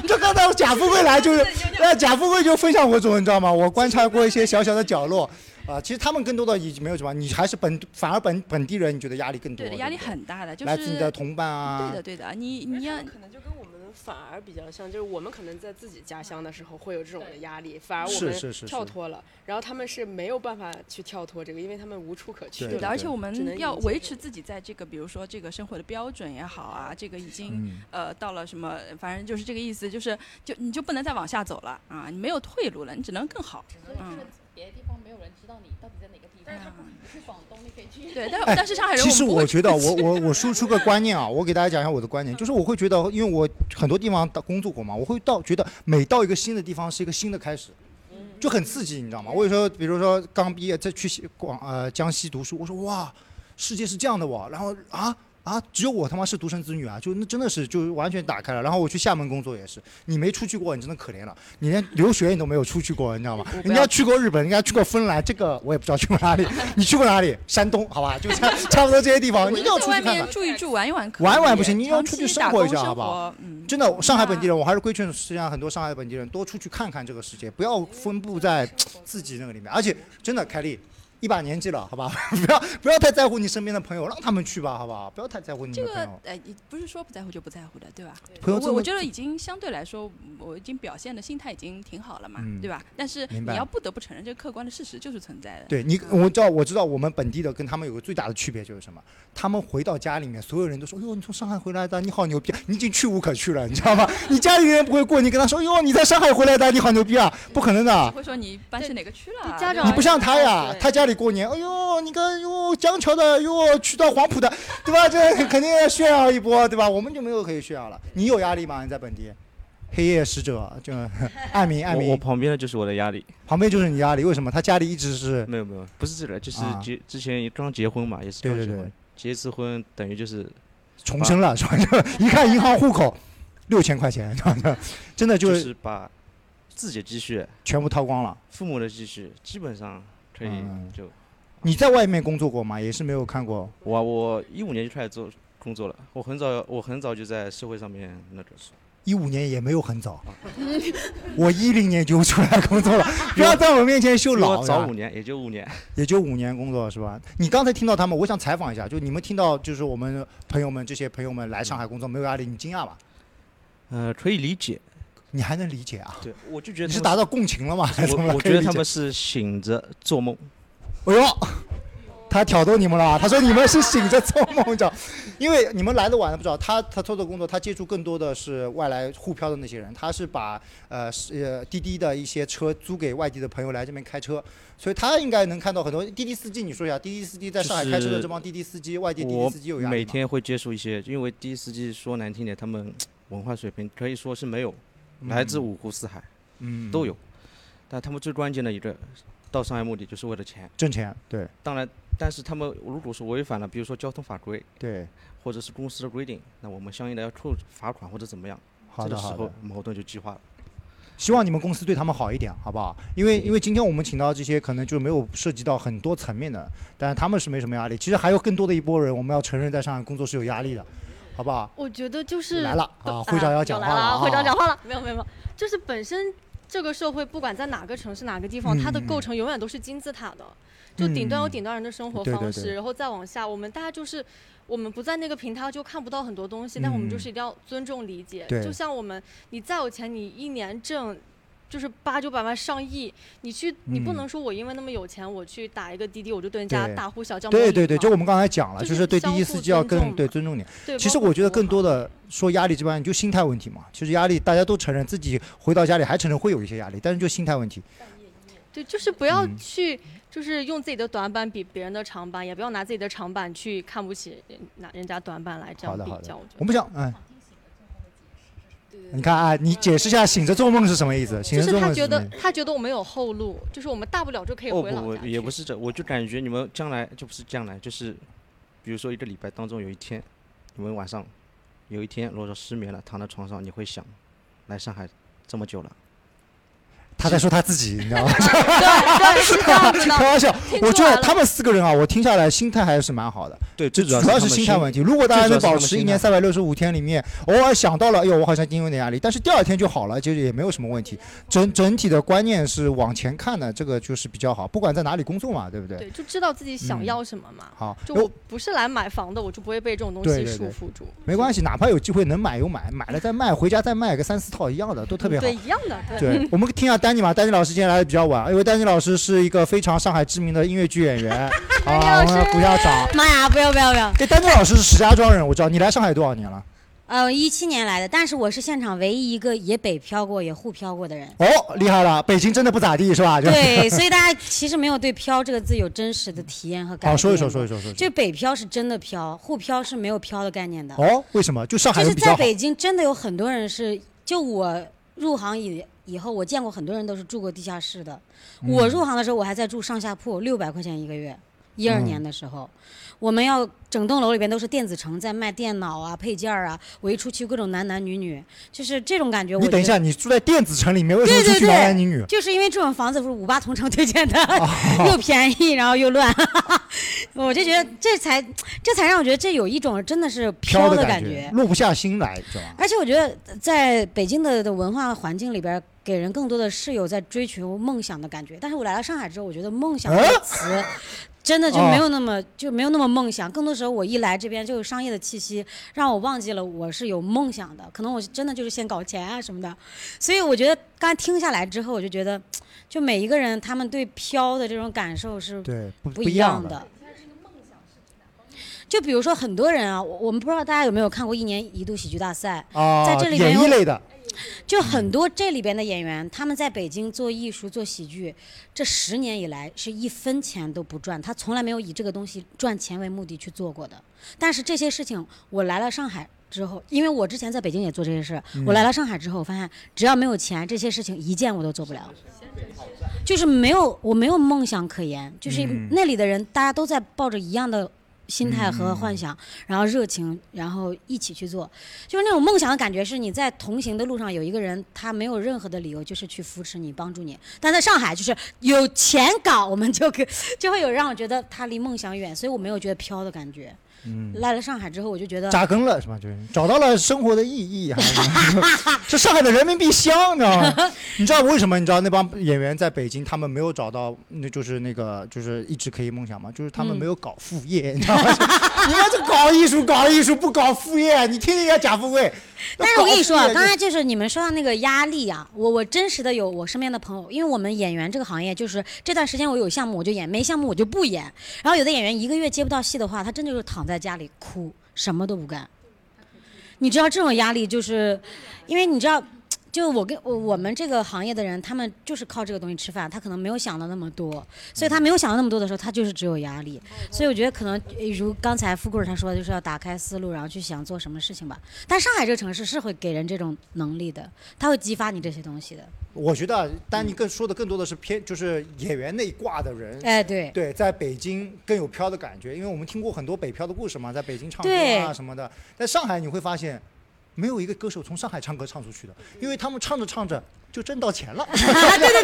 你这刚才贾富贵来就是，呃，贾富贵就分享过这种，你知道吗？我观察过一些小小的角落。啊，其实他们更多的已经没有什么，你还是本反而本本地人，你觉得压力更多？对的，压力很大的，就是来自你的同伴啊，对的，对的，你你要可能就跟我们反而比较像，就是我们可能在自己家乡的时候会有这种的压力，反而我是们是是是跳脱了，然后他们是没有办法去跳脱这个，因为他们无处可去了。对的，而且我只能们迎要接维持自己在这个，比如说这个生活的标准也好啊，这个已经、嗯呃到了什么，反正就是这个意思，就是就你就不能再往下走了啊，你没有退路了，你只能更好。嗯，别的地方没有人知道你到底在哪个地方。去广东你可以去。对，但哎但是上海人其们实不会我觉得我，我我输出个观念啊，我给大家讲一下我的观念，就是我会觉得，因为我很多地方到工作过嘛，我会到觉得每到一个新的地方是一个新的开始，嗯就很刺激，你知道吗？我有时候比如说刚毕业再去西广呃江西读书，我说哇，世界是这样的哇，然后啊。啊！只有我他妈是独生子女啊！就那真的是就完全打开了。然后我去厦门工作也是，你没出去过，你真的可怜了。你连留学你都没有出去过，你知道吗？人家去过日本，人家去过芬兰，这个我也不知道去过哪 里。你去过哪里？山东，好吧，就差差不多这些地方，你一定要出在去外看看面。住一住玩一玩可以，玩玩不行，你要长出期去生打活一工下，好生不好活？嗯，真的，上海本地人，我还是规劝实际上很多上海本地人多出去看看这个世界，不要分布在自己那个里面。而且真的，凯丽，一把年纪了，好吧， 不要不要太在乎你身边的朋友，让他们去吧，好不好？不要太在乎你这们的朋个友。呃，也不是说不在乎就不在乎的，对吧？朋友这我么我觉得已经相对来说，我已经表现的心态已经挺好了嘛，嗯对吧？但是明你白要不得不承认，这个客观的事实就是存在的。对你，我知道，我知道，我们本地的跟他们有个最大的区别就是什么？他们回到家里面，所有人都说：“哟，哎你从上海回来的，你好牛逼！”啊你已经去无可去了，你知道吗？你家里人不会过，你跟他说：“哟，你在上海回来的，你好牛逼啊！”不可能的不，会说你搬去哪个区了啊，家对长吧你不像他呀对，他家里过年，哎呦，你看哟，江桥的哟，去到黄埔的，对吧？这肯定要炫耀一波，对吧？我们就没有可以炫耀了。你有压力吗？你在本地，黑夜使者就 艾明，艾我我明旁边的就是我的压力，旁边就是你压力，为什么？他家里一直是没有没有，不是这个，就是啊结、之前刚结婚嘛，也是对刚对结婚，对结一次婚等于就是重 生了，是 吧？一看银行户口六千块钱， 真的就就是是把自己的积蓄、全部掏光了。父母的积蓄基本上可以嗯就、你在外面工作过吗？也是没有看过。我我一五年就出来做工作了，我很早我很早就在社会上面那个，一五年也没有很早，我一零年就出来工作 了，不要在我面前秀比老。我是吧早五年，也就五年。也就五年工作是吧？你刚才听到他们，我想采访一下，就你们听到就是我们朋友们这些朋友们来上海工作没有压力，你惊讶吧？呃，可以理解，你还能理解啊？对我就觉得你是他达们到共情了吗？还是怎么我了我觉得他们，是醒着做梦，可以理解哎呦，他挑逗你们了啊，他说你们是醒着做梦着，因为你们来的晚了不知道，他他做的工作，他接触更多的是外来沪漂的那些人，他是把呃是呃滴滴的一些车租给外地的朋友来这边开车，所以他应该能看到很多滴滴司机，你说一下滴滴司机在上海开车的这帮滴滴司机，外地滴滴我司机有压力每吗？天会接触一些，因为的士司机说难听点，他们文化水平可以说是没有，来自嗯五湖四海嗯都有，但他们最关键的一个到上海目的就是为了钱。挣钱，对当然，但是他们如果说违反了，比如说交通法规对，或者是公司的规定，那我们相应的要扣罚款或者怎么样，好这个的时好候的。矛盾就激化了。希望你们公司对他们好一点，好不好？因为因为今天我们请到这些可能就没有涉及到很多层面的，但是他们是没什么压力。其实还有更多的一波人，我们要承认在上海工作是有压力的，好不好？我觉得就是呃来了啊，会长要讲话又来了，会长啊讲。话了，没有没有没有，就是本身这个社会不管在哪个城市哪个地方，嗯它的构嗯成永远都是金字塔的，就顶端有嗯顶端人的生活对对方对式，然后再往下，我们大家就是。我们不在那个平台，就看不到很多东西，但我们嗯就是一定要尊重理解。对就像我们，你再有钱，你一年挣就是八九百万、上亿，你去，你不嗯能说我因为那么有钱，我去打一个滴滴，我就对人家对大呼小叫摸对你对对，嘛就我们刚才讲了，就就是是对第相一互司机要尊重更对嘛尊重点。对其实包括我觉得服务更行多业的说压力这边就心态问题嘛。其实压力大家都承认自己回到家里还承认会有一些压力，但是就心态问题。对，就是不要嗯去，就是用自己的短板比别人的长板，也不要拿自己的长板去看不起人拿人家短板来这好样的比好的较。我觉我得们想，嗯，对对你看啊，你解释一下醒着做梦是什么意思？醒就着是做梦他是觉什么意得思？他觉得我们有后路，就是我们大不了就可以哦回老不家不，也去不是这，我就感觉你们将来就不是将来，就是比如说一个礼拜当中有一天，你们晚上有一天如果说失眠了，躺在床上，你会想来上海这么久了。他在说他自 己，你知道吗？ 对，是这样子的。开玩笑，我觉出来得了他们四个人啊，我听下来心态还是蛮好的。对，最主要是要他是们心态心问题。如果大家能最主要是他保们持心一年态三百六十五天里面，偶尔想到了，哎呦，我好像今天有点压力，但是第二天就好了，其实也没有什么问题。整整体的观念是往前看的，这个就是比较好，不管在哪里工作嘛，对不对？对，就知道自己嗯想要什么嘛。好，就那我不是来买房的，我就不会被这种东对西对束对缚住。没关系，哪怕有机会能买有买，买了再卖，回家再卖个三四套一样的，都特别好对，。一样的， 对，我们听一下丹尼嘛，丹尼老师今天来的比较晚，因为丹尼老师是一个非常上海知名的音乐剧演 员，好，我们要鼓一下掌。妈呀，不要不要不要！这丹尼老师是石家庄人，我知道你来上海多少年了？呃，一七年来的，但是我是现场唯一一个也北漂过也沪漂过的人。哦，厉害了，北京真的不咋地是吧？就是 对，所以大家其实没有对“漂”这个字有真实的体验和感好受。说一说说一说说一说就北漂是真的漂，沪漂是没有漂的概念的。哦，为什么？就上海就是人比较在好。北京，真的有很多人是，就我入行以以后，我见过很多人都是住过地下室的。嗯我入行的时候，我还在住上下铺，六百块钱一个月。一二嗯年的时候，我们要整栋楼里边都是电子城，在卖电脑啊、配件儿啊。我一出去，各种男男女女，就是这种感觉。我你等一觉得下，你住在电子城里面，为什么对出对去对，男男女女？哦就是因为这种房子不是五八同城推荐的， 又便宜，然后又乱， 我就觉得这才这才让我觉得这有一种真的是飘飘的感感觉。落不下心来，知道吗？而且我觉得在北京的的文化环境里边，给人更多的是有在追求梦想的感觉。但是我来了上海之后，我觉得梦想这嗯个词。真的就没哦有那么、就没有那么梦想，更多时候我一来这边就有商业的气息，让我忘记了我是有梦想的。可能我真的就是先搞钱啊什么的，所以我觉得刚才听下来之后，我就觉得，就每一个人他们对飘的这种感受是对不不不一一样样的就比如说很多人啊，我我们不知道大家有没有看过一年一度喜剧大赛，啊，在这里面演有艺类的，就很多这里边的演员，他们在北京做艺术、做喜剧，这十年以来是一分钱都不赚，他从来没有以这个东西赚钱为目的去做过的。但是这些事情，我来了上海之后，因为我之前在北京也做这些事，嗯我来了上海之后，我发现只要没有钱，这些事情一件我都做不了。就是没有，我没有梦想可言，就是嗯那里的人，大家都在抱着一样的心态嗯和幻想，然后热情，然后一起去做，就是那种梦想的感觉，是你在同行的路上有一个人，他没有任何的理由就是去扶持你、帮助你，但在上海就是有钱搞，我们就可 就会有让我觉得他离梦想远，所以我没有觉得飘的感觉。嗯，来了上海之后，我就觉得扎根了是吧？就是找到了生活的意义，还是 这上海的人民币香，你知道吗？你知道为什么？你知道那帮演员在北京，他们没有找到，那就是那个就是一直可以梦想嘛，就是他们嗯没有搞副业，你知道吗？ 你们这搞艺术，搞艺术不搞副业，你天天要假富贵。 但是我跟你说啊，搞副业刚才就是你们说到那个压力啊，我我真实的有我身边的朋友，因为我们演员这个行业，就是这段时间我有项目我就演，没项目我就不演。然后有的演员一个月接不到戏的话，他真的就是躺在家里哭，什么都不干。你知道这种压力，就是因为你知道，就我跟我我们这个行业的人，他们就是靠这个东西吃饭，他可能没有想到那么多，所以他没有想到那么多的时候，他就是只有压力。所以我觉得可能呃如刚才富贵儿他说的，就是要打开思路，然后去想做什么事情吧。但上海这个城市是会给人这种能力的，他会激发你这些东西的。我觉得丹尼更说的更多的是偏就是演员那一挂的人，哎对对，在北京更有飘的感觉，因为我们听过很多北漂的故事嘛，在北京唱歌啊对什么的，在上海你会发现，没有一个歌手从上海唱歌唱出去的，因为他们唱着唱着就挣到钱了， 对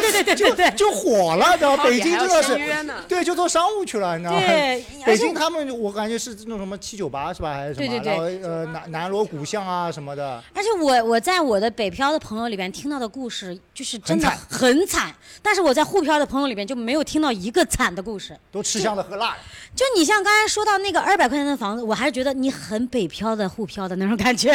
对对对对对 就火了，知道吧哦北京也还真要的是签约呢，对，就做商务去了，你知道吗 对？北而且京他们我感觉是那种什么七九八是吧，还是什么，对对对然后呃南南锣鼓巷啊什么的，而且我我在我的北漂的朋友里边听到的故事，就是真的很惨很惨，但是我在沪漂的朋友里边就没有听到一个惨的故事。都吃香的喝辣的。就你像刚才说到那个二百块钱的房子，我还是觉得你很北漂的沪漂的那种感觉，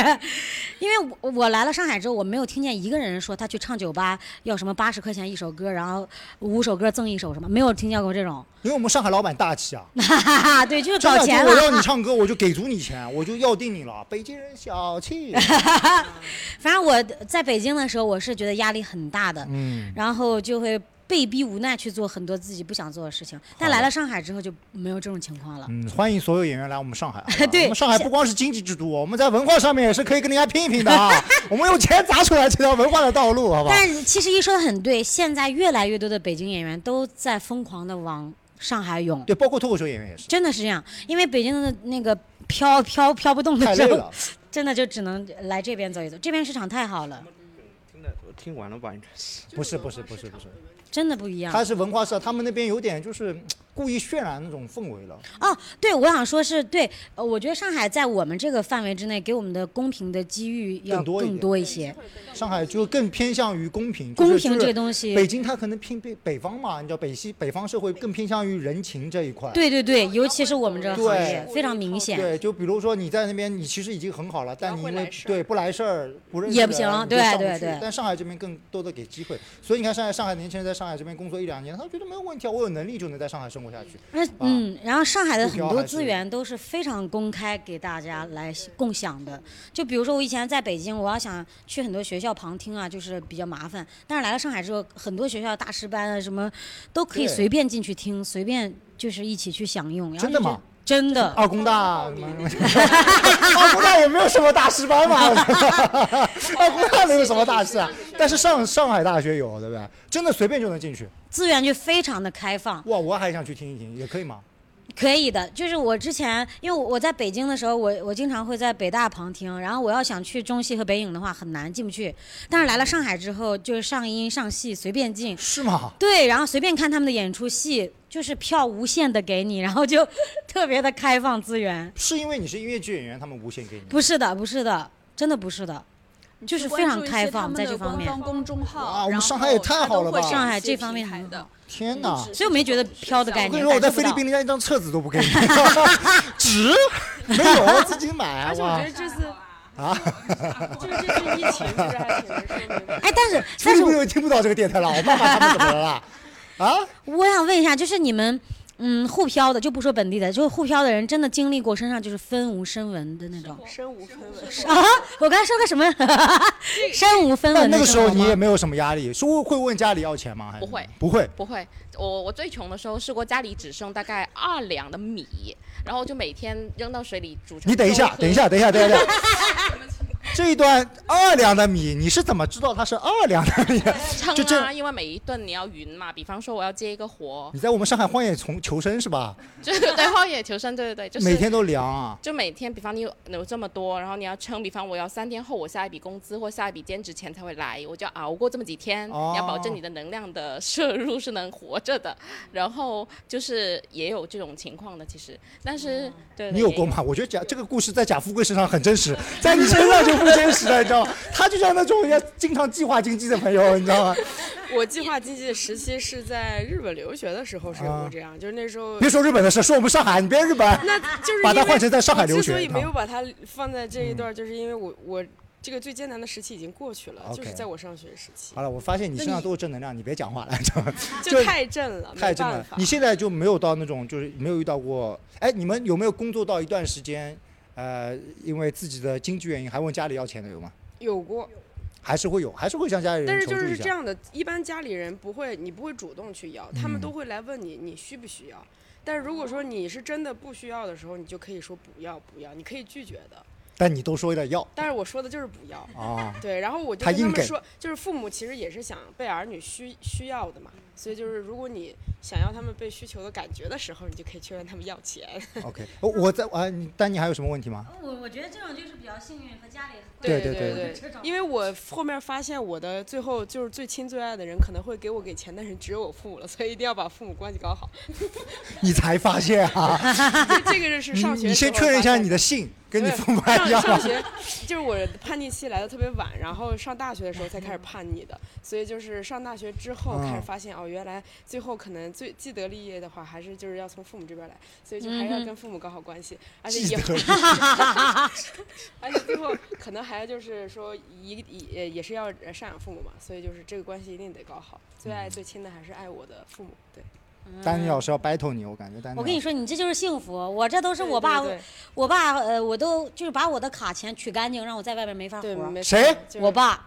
因为我我来了上海之后，我没有听见一个人说他去唱酒吧要什么八十块钱一首歌，然后五首歌赠一首什么，没有听见过这种。因为我们上海老板大气啊，哈哈哈，对，就是真搞的钱就了。我要你唱歌，我就给足你钱，我就要定你了。北京人小气。 反正我在北京的时候，我是觉得压力很大的，嗯然后就会被逼无奈去做很多自己不想做的事情。但来了上海之后就没有这种情况了。嗯，欢迎所有演员来我们上海啊。啊 对我们上海不光是经济之都，我们在文化上面也是可以跟人家拼一拼的 啊。我们用钱砸出来这条文化的道路，好不好？但其实一说的很对，现在越来越多的北京演员都在疯狂的往上海涌，对，包括脱口秀演员也是。真的是这样，因为北京的那个飘飘飘不动的太时累候 了，真的就只能来这边走一走，这边市场太好了。听完了吧？应该是不是不是不是不是，真的不一样。他是文化社，他们那边有点就是嗯故意渲染那种氛围了。哦，对，我想说是对，呃，我觉得上海在我们这个范围之内，给我们的公平的机遇要更多一更点多一些。上海就更偏向于公平，就是公平就是这个东西北京它可能偏北北方嘛，你知道北西北方社会更偏向于人情这一块。对对对，尤其是我们这个行业对，非常明显。 对，就比如说你在那边，你其实已经很好了，但你因为对不来事儿，不认识也不行人你就对上不对去对但上海这边更多的给机会，所以你看上海上海年轻人在上海这边工作一两年，他觉得没有问题啊，我有能力就能在上海生活下去。啊而嗯，然后上海的目很标多还资是源都是非常公开给大家来共享的。就比如说我以前在北京，我要想去很多学校旁听啊，就是比较麻烦。但是来了上海之后，很多学校大师班啊什么都可以对随便进去听，随便就是一起去享用。然后真的就觉吗得？真的。二工大哦什么什么，二工大也没有什么大师班嘛，我觉得二工大没有什么大师啊，但是上上海大学有，对不对？真的随便就能进去。资源就非常的开放。哇，我还想去听一听，也可以吗？可以的，就是我之前，因为我在北京的时候，我我经常会在北大旁听，然后我要想去中戏和北影的话很难进不去，但是来了上海之后，就是上音上戏随便进，是吗？对，然后随便看他们的演出戏，就是票无限的给你，然后就特别的开放资源。是因为你是音乐剧演员，他们无限给你。不是的，不是的，真的不是的， 就是非常开放在这方面。官方公众号，啊，我们上海也太好了吧！上海这方面很好，天哪！所以我没觉得飘的概我跟念。你说，我在感受不菲律到宾连一张册子都 不给你，纸没有，啊自己买而且 我哇觉得这次啊！就是这次疫情，就是还挺能 说明白。哎，但是菲律宾人听不到这个电台了，我爸爸他们怎么了 啦？啊？我想问一下，就是你们，嗯，沪漂的就不说本地的，就是沪漂的人，真的经历过身上就是分无声纹的那种身无分文。啊？我刚才说个什么？身无分嗯那文的那个时生候活你也吗？没有什么压力，是会会问家里要钱吗？还是不会，不会。不会。我我最穷的时候试过家里只剩大概二两的米，然后就每天扔到水里煮成。你等一下，等一下，等一下，等一下，等一 下。这一段二两的米，你是怎么知道它是二两的米？就称这啊，因为每一顿你要匀嘛。比方说我要接一个活你，在我们上海荒野从求生是吧？就是对荒野求生，对对对，就是每天都量啊。就每天，比方你有有这么多，然后你要称，比方我要三天后我下一笔工资或下一笔兼职钱才会来，我就要熬过这么几天。哦你要保证你的能量的 摄入是能活着的。然后就是也有这种情况的，其实，但是、对，对你有也过吗？我觉得贾这个故事在贾富贵身上很真实， 在你身上就不真实了，你知道吗？他就像那种人家经常计划经济的朋友，你知 道吗？我计划经济的时期是在日本留学的时候是有过这样，就是那时候啊别说日本的事，说我们上海，你别日本。那就是把它因为换成在上海留我学之所以啊没有把它放在这一嗯段，就是因为我我这个最艰难的时期已经过去了， OK 啊就是在我上学时期，好了，我发现你身上都是正能量，你别讲话了，你知 道吗？就太正了，太没正了办法。。你现在就没有到那种，就是没有遇到过。哎，你们有没有工作到一段时间，呃，因为自己的经济原因还问家里要钱的有吗？有过，还是会有，还是会向家里人但是求就助一是下这样的，一般家里人不会，你不会主动去要，他们嗯都会来问你，你需不需要。但是如果说你是真的不需要的时候，你就可以说不要不要，你可以拒绝的。但你都说了要但是我说的就是不要。啊，对，然后我就他跟他硬们给说，就是父母其实也是想被儿女需需要的嘛，所以就是如果你想要他们被需求的感觉的时候，你就可以去问他们要钱。 OK，我我在啊，你丹尼还有什么问题吗？我我觉得这种就是比较幸运和家里对对对对因为我后面发现我的最后就是最亲最爱的人可能会给我给钱，但是只有我父母了，所以一定要把父母关系搞好。，你才发现啊这个是上学你你先时候确认一下发现你的姓，跟你对父母还一样上吗 上？学就是我叛逆期来的特别晚，然后上大学的时候才开始叛逆的，所以就是上大学之后开始嗯发现、哦，原来最后可能最既得利益的话，还是就是要从父母这边来，所以就还是嗯要哼跟父母搞好关系，而且既以得后利益，而且最后可能还就是说一一也也是要呃赡养父母嘛，所以就是这个关系一定得搞好，最嗯爱最亲的还是爱我的父母，对。 丹尼老师要 battle 你，我感觉丹尼老师。我跟你说，你这就是幸福。我这都是我爸，对对我爸呃，我都就是把我的卡钱取干净，让我在外面没法活。没错谁？就是我爸，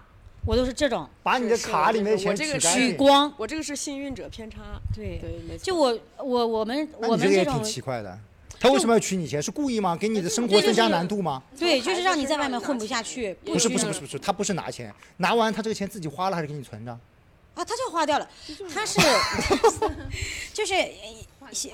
我都是这种。把你的是卡里面的我钱这个取是干净取光，我这个是幸运者偏差，对对，没错。就我我我们那我你这们个也种挺奇怪的。他为什么要取你钱？是故意吗？给你的生活增加难度吗？对，就是让你在外面混不下去，不是许不是不你是不是，他不是拿钱，拿完他这个钱自己花了还是给你存着？ 啊，他就花掉了，他是就是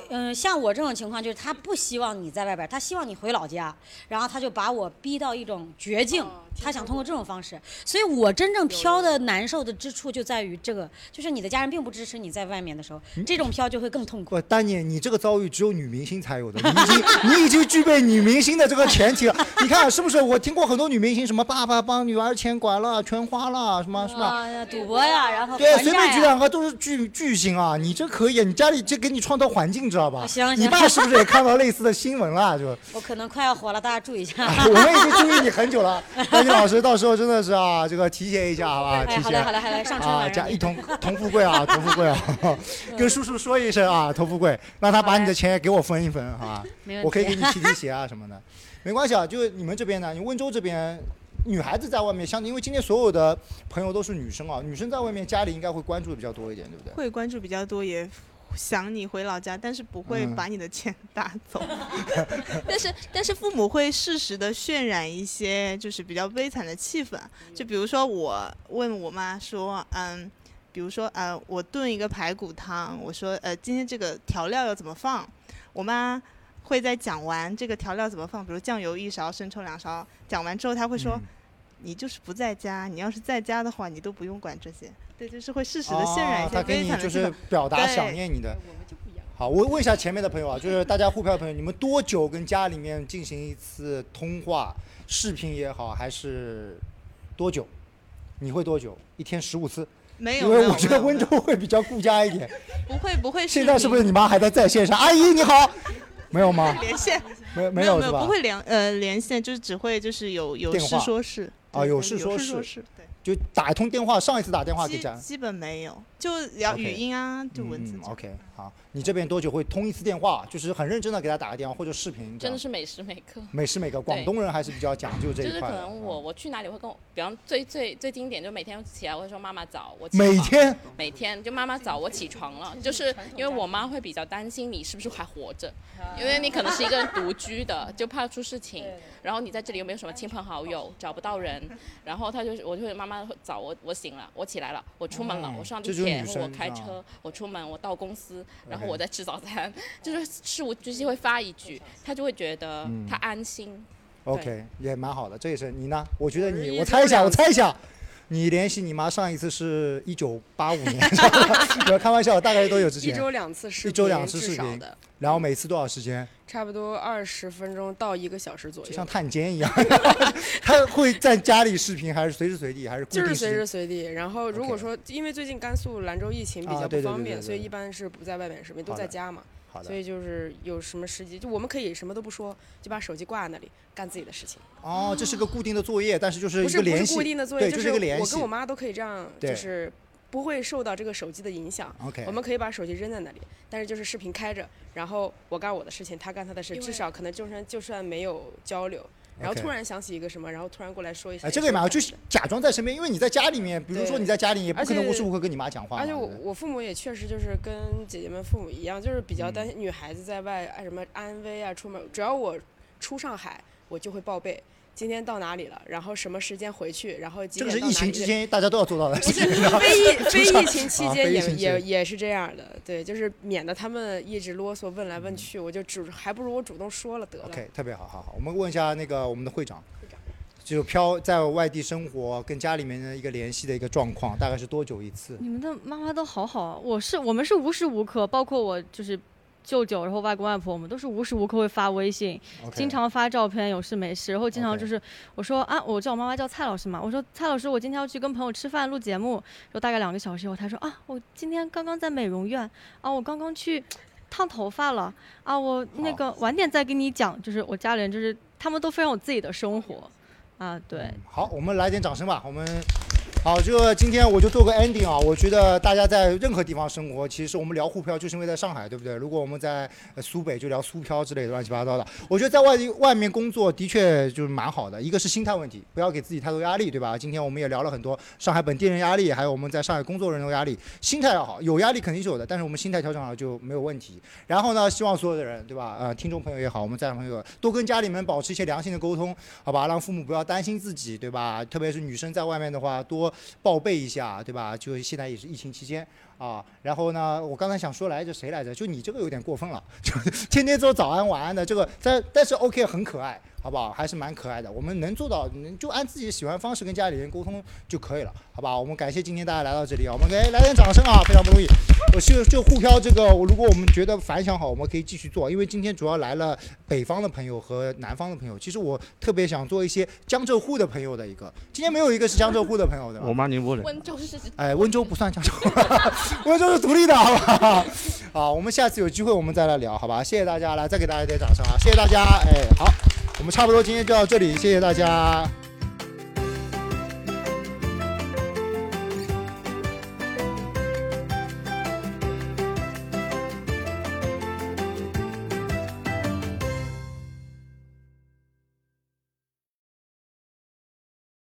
嗯、像我这种情况就是他不希望你在外边儿，他希望你回老家，然后他就把我逼到一种绝境，他想通过这种方式。所以我真正飘的难受的之处就在于这个，就是你的家人并不支持你在外面的时候，嗯这种飘就会更痛苦。不，丹姐，你这个遭遇只有女明星才有的，你已经你已经具备女明星的这个前提了。你看是不是？我听过很多女明星，什么爸爸帮女儿钱管了，全花了，什么是吧？啊，赌博呀，然后对，还随债啊便呀举两个都是巨巨星啊！你这可以，你家里这给你创造环境，知道吧？行行你爸是不是也看到类似的新闻了？就。我可能快要火了，大家注意一下。 我们已经注意你很久了，丹妮老师，到时候真的是啊，这个提携一下好吧？哎提携。好嘞好嘞好嘞上嗯春晚啊，让加你一同同富贵 啊，同富贵啊，跟叔叔说一声啊，同富贵，让他把你的钱也给我分一分，好吧没问？题我可以给你提提鞋啊什么 的，没关系啊。就是你们这边呢，你温州这边。女孩子在外面相，因为今天所有的朋友都是女生啊，女生在外面家里应该会关注的比较多一点，对不对？会关注比较多，也想你回老家，但是不会嗯把你的钱打 走。但是但是父母会适时的渲染一些就是比较悲惨的气氛，就比如说我问我妈说，嗯，比如说呃，我炖一个排骨汤，我说呃，今天这个调料要怎么放，我妈。会在讲完这个调料怎么放，比如酱油一勺，生抽两勺，讲完之后，她嗯会说：“你就是不在家，你要是在家的话，你都不用管这些。”对，就是会适时的渲染一啊，他些给悲你惨的就气是氛表达对想念你的。好，我问一下前面的朋友啊，就是大家互票的朋友，你们多久跟家里面进行一次通话，视频也好，还是多久？你会多久？一天十五次？没因有没为有我觉得温州会比较顾家一点。不会不会。现在是不是你妈还在在线上？阿姨你好，没有吗？连线？没有没有没是有，吧？不会连呃连线，就是只会就是有有电事话说事啊，对有对事有说事说事事，就打一通电话，上一次打电话给基家人。基本没有，就聊 OK 语音啊，就文字嗯。OK，好，你这边多久会通一次电话？就是很认真的给他打个电话，或者视频。这真样的是每时每刻。每时每刻，对广东人还是比较讲究这就一是块可的。啊能我我去哪里会跟我，比方最最最经典，就每天起来我会说妈妈早，我起每床天每天就妈妈早我起床了，就是因为我妈会比较担心你是不是还活着，因为你可能是一个人独居的，就怕出事情，然后你在这里又没有什么亲朋好友，找不到人，然后她就是我就会妈妈会早我我醒了，我起来了，我出门了嗯，我上这地就是铁女，生我开是吧车，我出门，我到公司，然后 OK 我再吃早餐，就是事无巨细会发一句，她就会觉得嗯她安心。 OK，也蛮好的，这也是你呢？我觉得日你，一我周猜一下，两我猜一下，你联系你妈上一次是一九八五 年，没有开玩笑，大概都有之前。一周两次视频一周两次视至少频的，然后每次多少时间？差不多二十分钟到一个小时左右，就像探监一样， 他会在家里视频，还是随时随地，还是固就定是时间？随时随地。然后如果说因为最近甘肃兰州疫情比啊较对对不方对便，对对所以对一般是不在外面视频，都好在的家嘛。好的所以就是有什么时机，就我们可以什么都不说，就把手机挂在那里干自己的事情。哦，这是个固定的作业，但是就是不一是个不联是系，固定的作业，对，就是一个联我系。跟我妈都可以这样，对就是不会受到这个手机的影响。 OK 我们可以把手机扔在那里，但是就是视频开着，然后我干我的事情，她干她的事，因为至少可能就算就算没有交流，然后 OK 突然想起一个什么，然后突然过来说一下。哎，这个也蛮好，就是假装在身边，因为你在家里面，比如说对你在家里也不而可能且无时无刻跟你妈讲话嘛。而且对不我对我父母也确实就是跟姐姐们父母一样，就是比较担嗯心女孩子在外啊什么安危啊，出门只要我出上海，我就会报备。今天到哪里了？然后什么时间回去？然后几这点个到是哪里？疫情之间大家都要做到的。不是非 疫非疫情期啊间非疫也、情期也间也是这样的，对，就是免得他们一直啰嗦问来问去，我就只还不如我主动说了得了。嗯 OK，特别好，好好。我们问一下那个我们的会长，就飘在外地生活跟家里面的一个联系的一个状况，大概是多久一次？你们的妈妈都好好啊！我是我们是无时无刻，包括我就是舅舅，然后外公外婆，我们都是无时无刻会发微信 OK 经常发照片，有事没事，然后经常 OK 就是我说啊，我叫我妈妈叫蔡老师嘛，我说蔡老师，我今天要去跟朋友吃饭录节目，然后大概两个小时以后，她说啊，我今天刚刚在美容院啊，我刚刚去烫头发了啊，我那个晚点再跟你讲，就是我家人就是他们都非常有自己的生活啊，对，嗯好，我们来点掌声吧。我们好，这个今天我就做个 ending 啊。我觉得大家在任何地方生活，其实我们聊沪漂就是因为在上海，对不对？如果我们在呃苏北，就聊苏漂之类的乱七八糟的。我觉得在外地外面工作的确就是蛮好的，一个是心态问题，不要给自己太多压力，对吧？今天我们也聊了很多上海本地人压力，还有我们在上海工作人的压力，心态要好，有压力肯定是有的，但是我们心态调整好就没有问题。然后呢，希望所有的人，对吧？呃，听众朋友也好，我们在场朋友多跟家里面保持一些良性的沟通，好吧？让父母不要担心自己，对吧？特别是女生在外面的话，多报备一下，对吧？就现在也是疫情期间啊。然后呢，我刚才想说来着谁来着？就你这个有点过分了， 就天天说早安晚安的这个，但但是 OK 很可爱，好不好？还是蛮可爱的。我们能做到，能就按自己喜欢方式跟家里人沟通就可以了，好吧？我们感谢今天大家来到这里啊，我们给来点掌声啊，非常不容易。我就就沪漂这个，我如果我们觉得反响好，我们可以继续做，因为今天主要来了北方的朋友和南方的朋友。其实我特别想做一些江浙沪的朋友的一个，今天没有一个是江浙沪的朋友的吧。我妈宁波人。温州是哎，温州不 算江浙沪，温州是独立的，好不好？ 好，我们下次有机会我们再来聊，好吧？谢谢大家，来再给大家一点掌声啊！谢谢大家，哎，好，我们差不多今天就到这里，谢谢大家。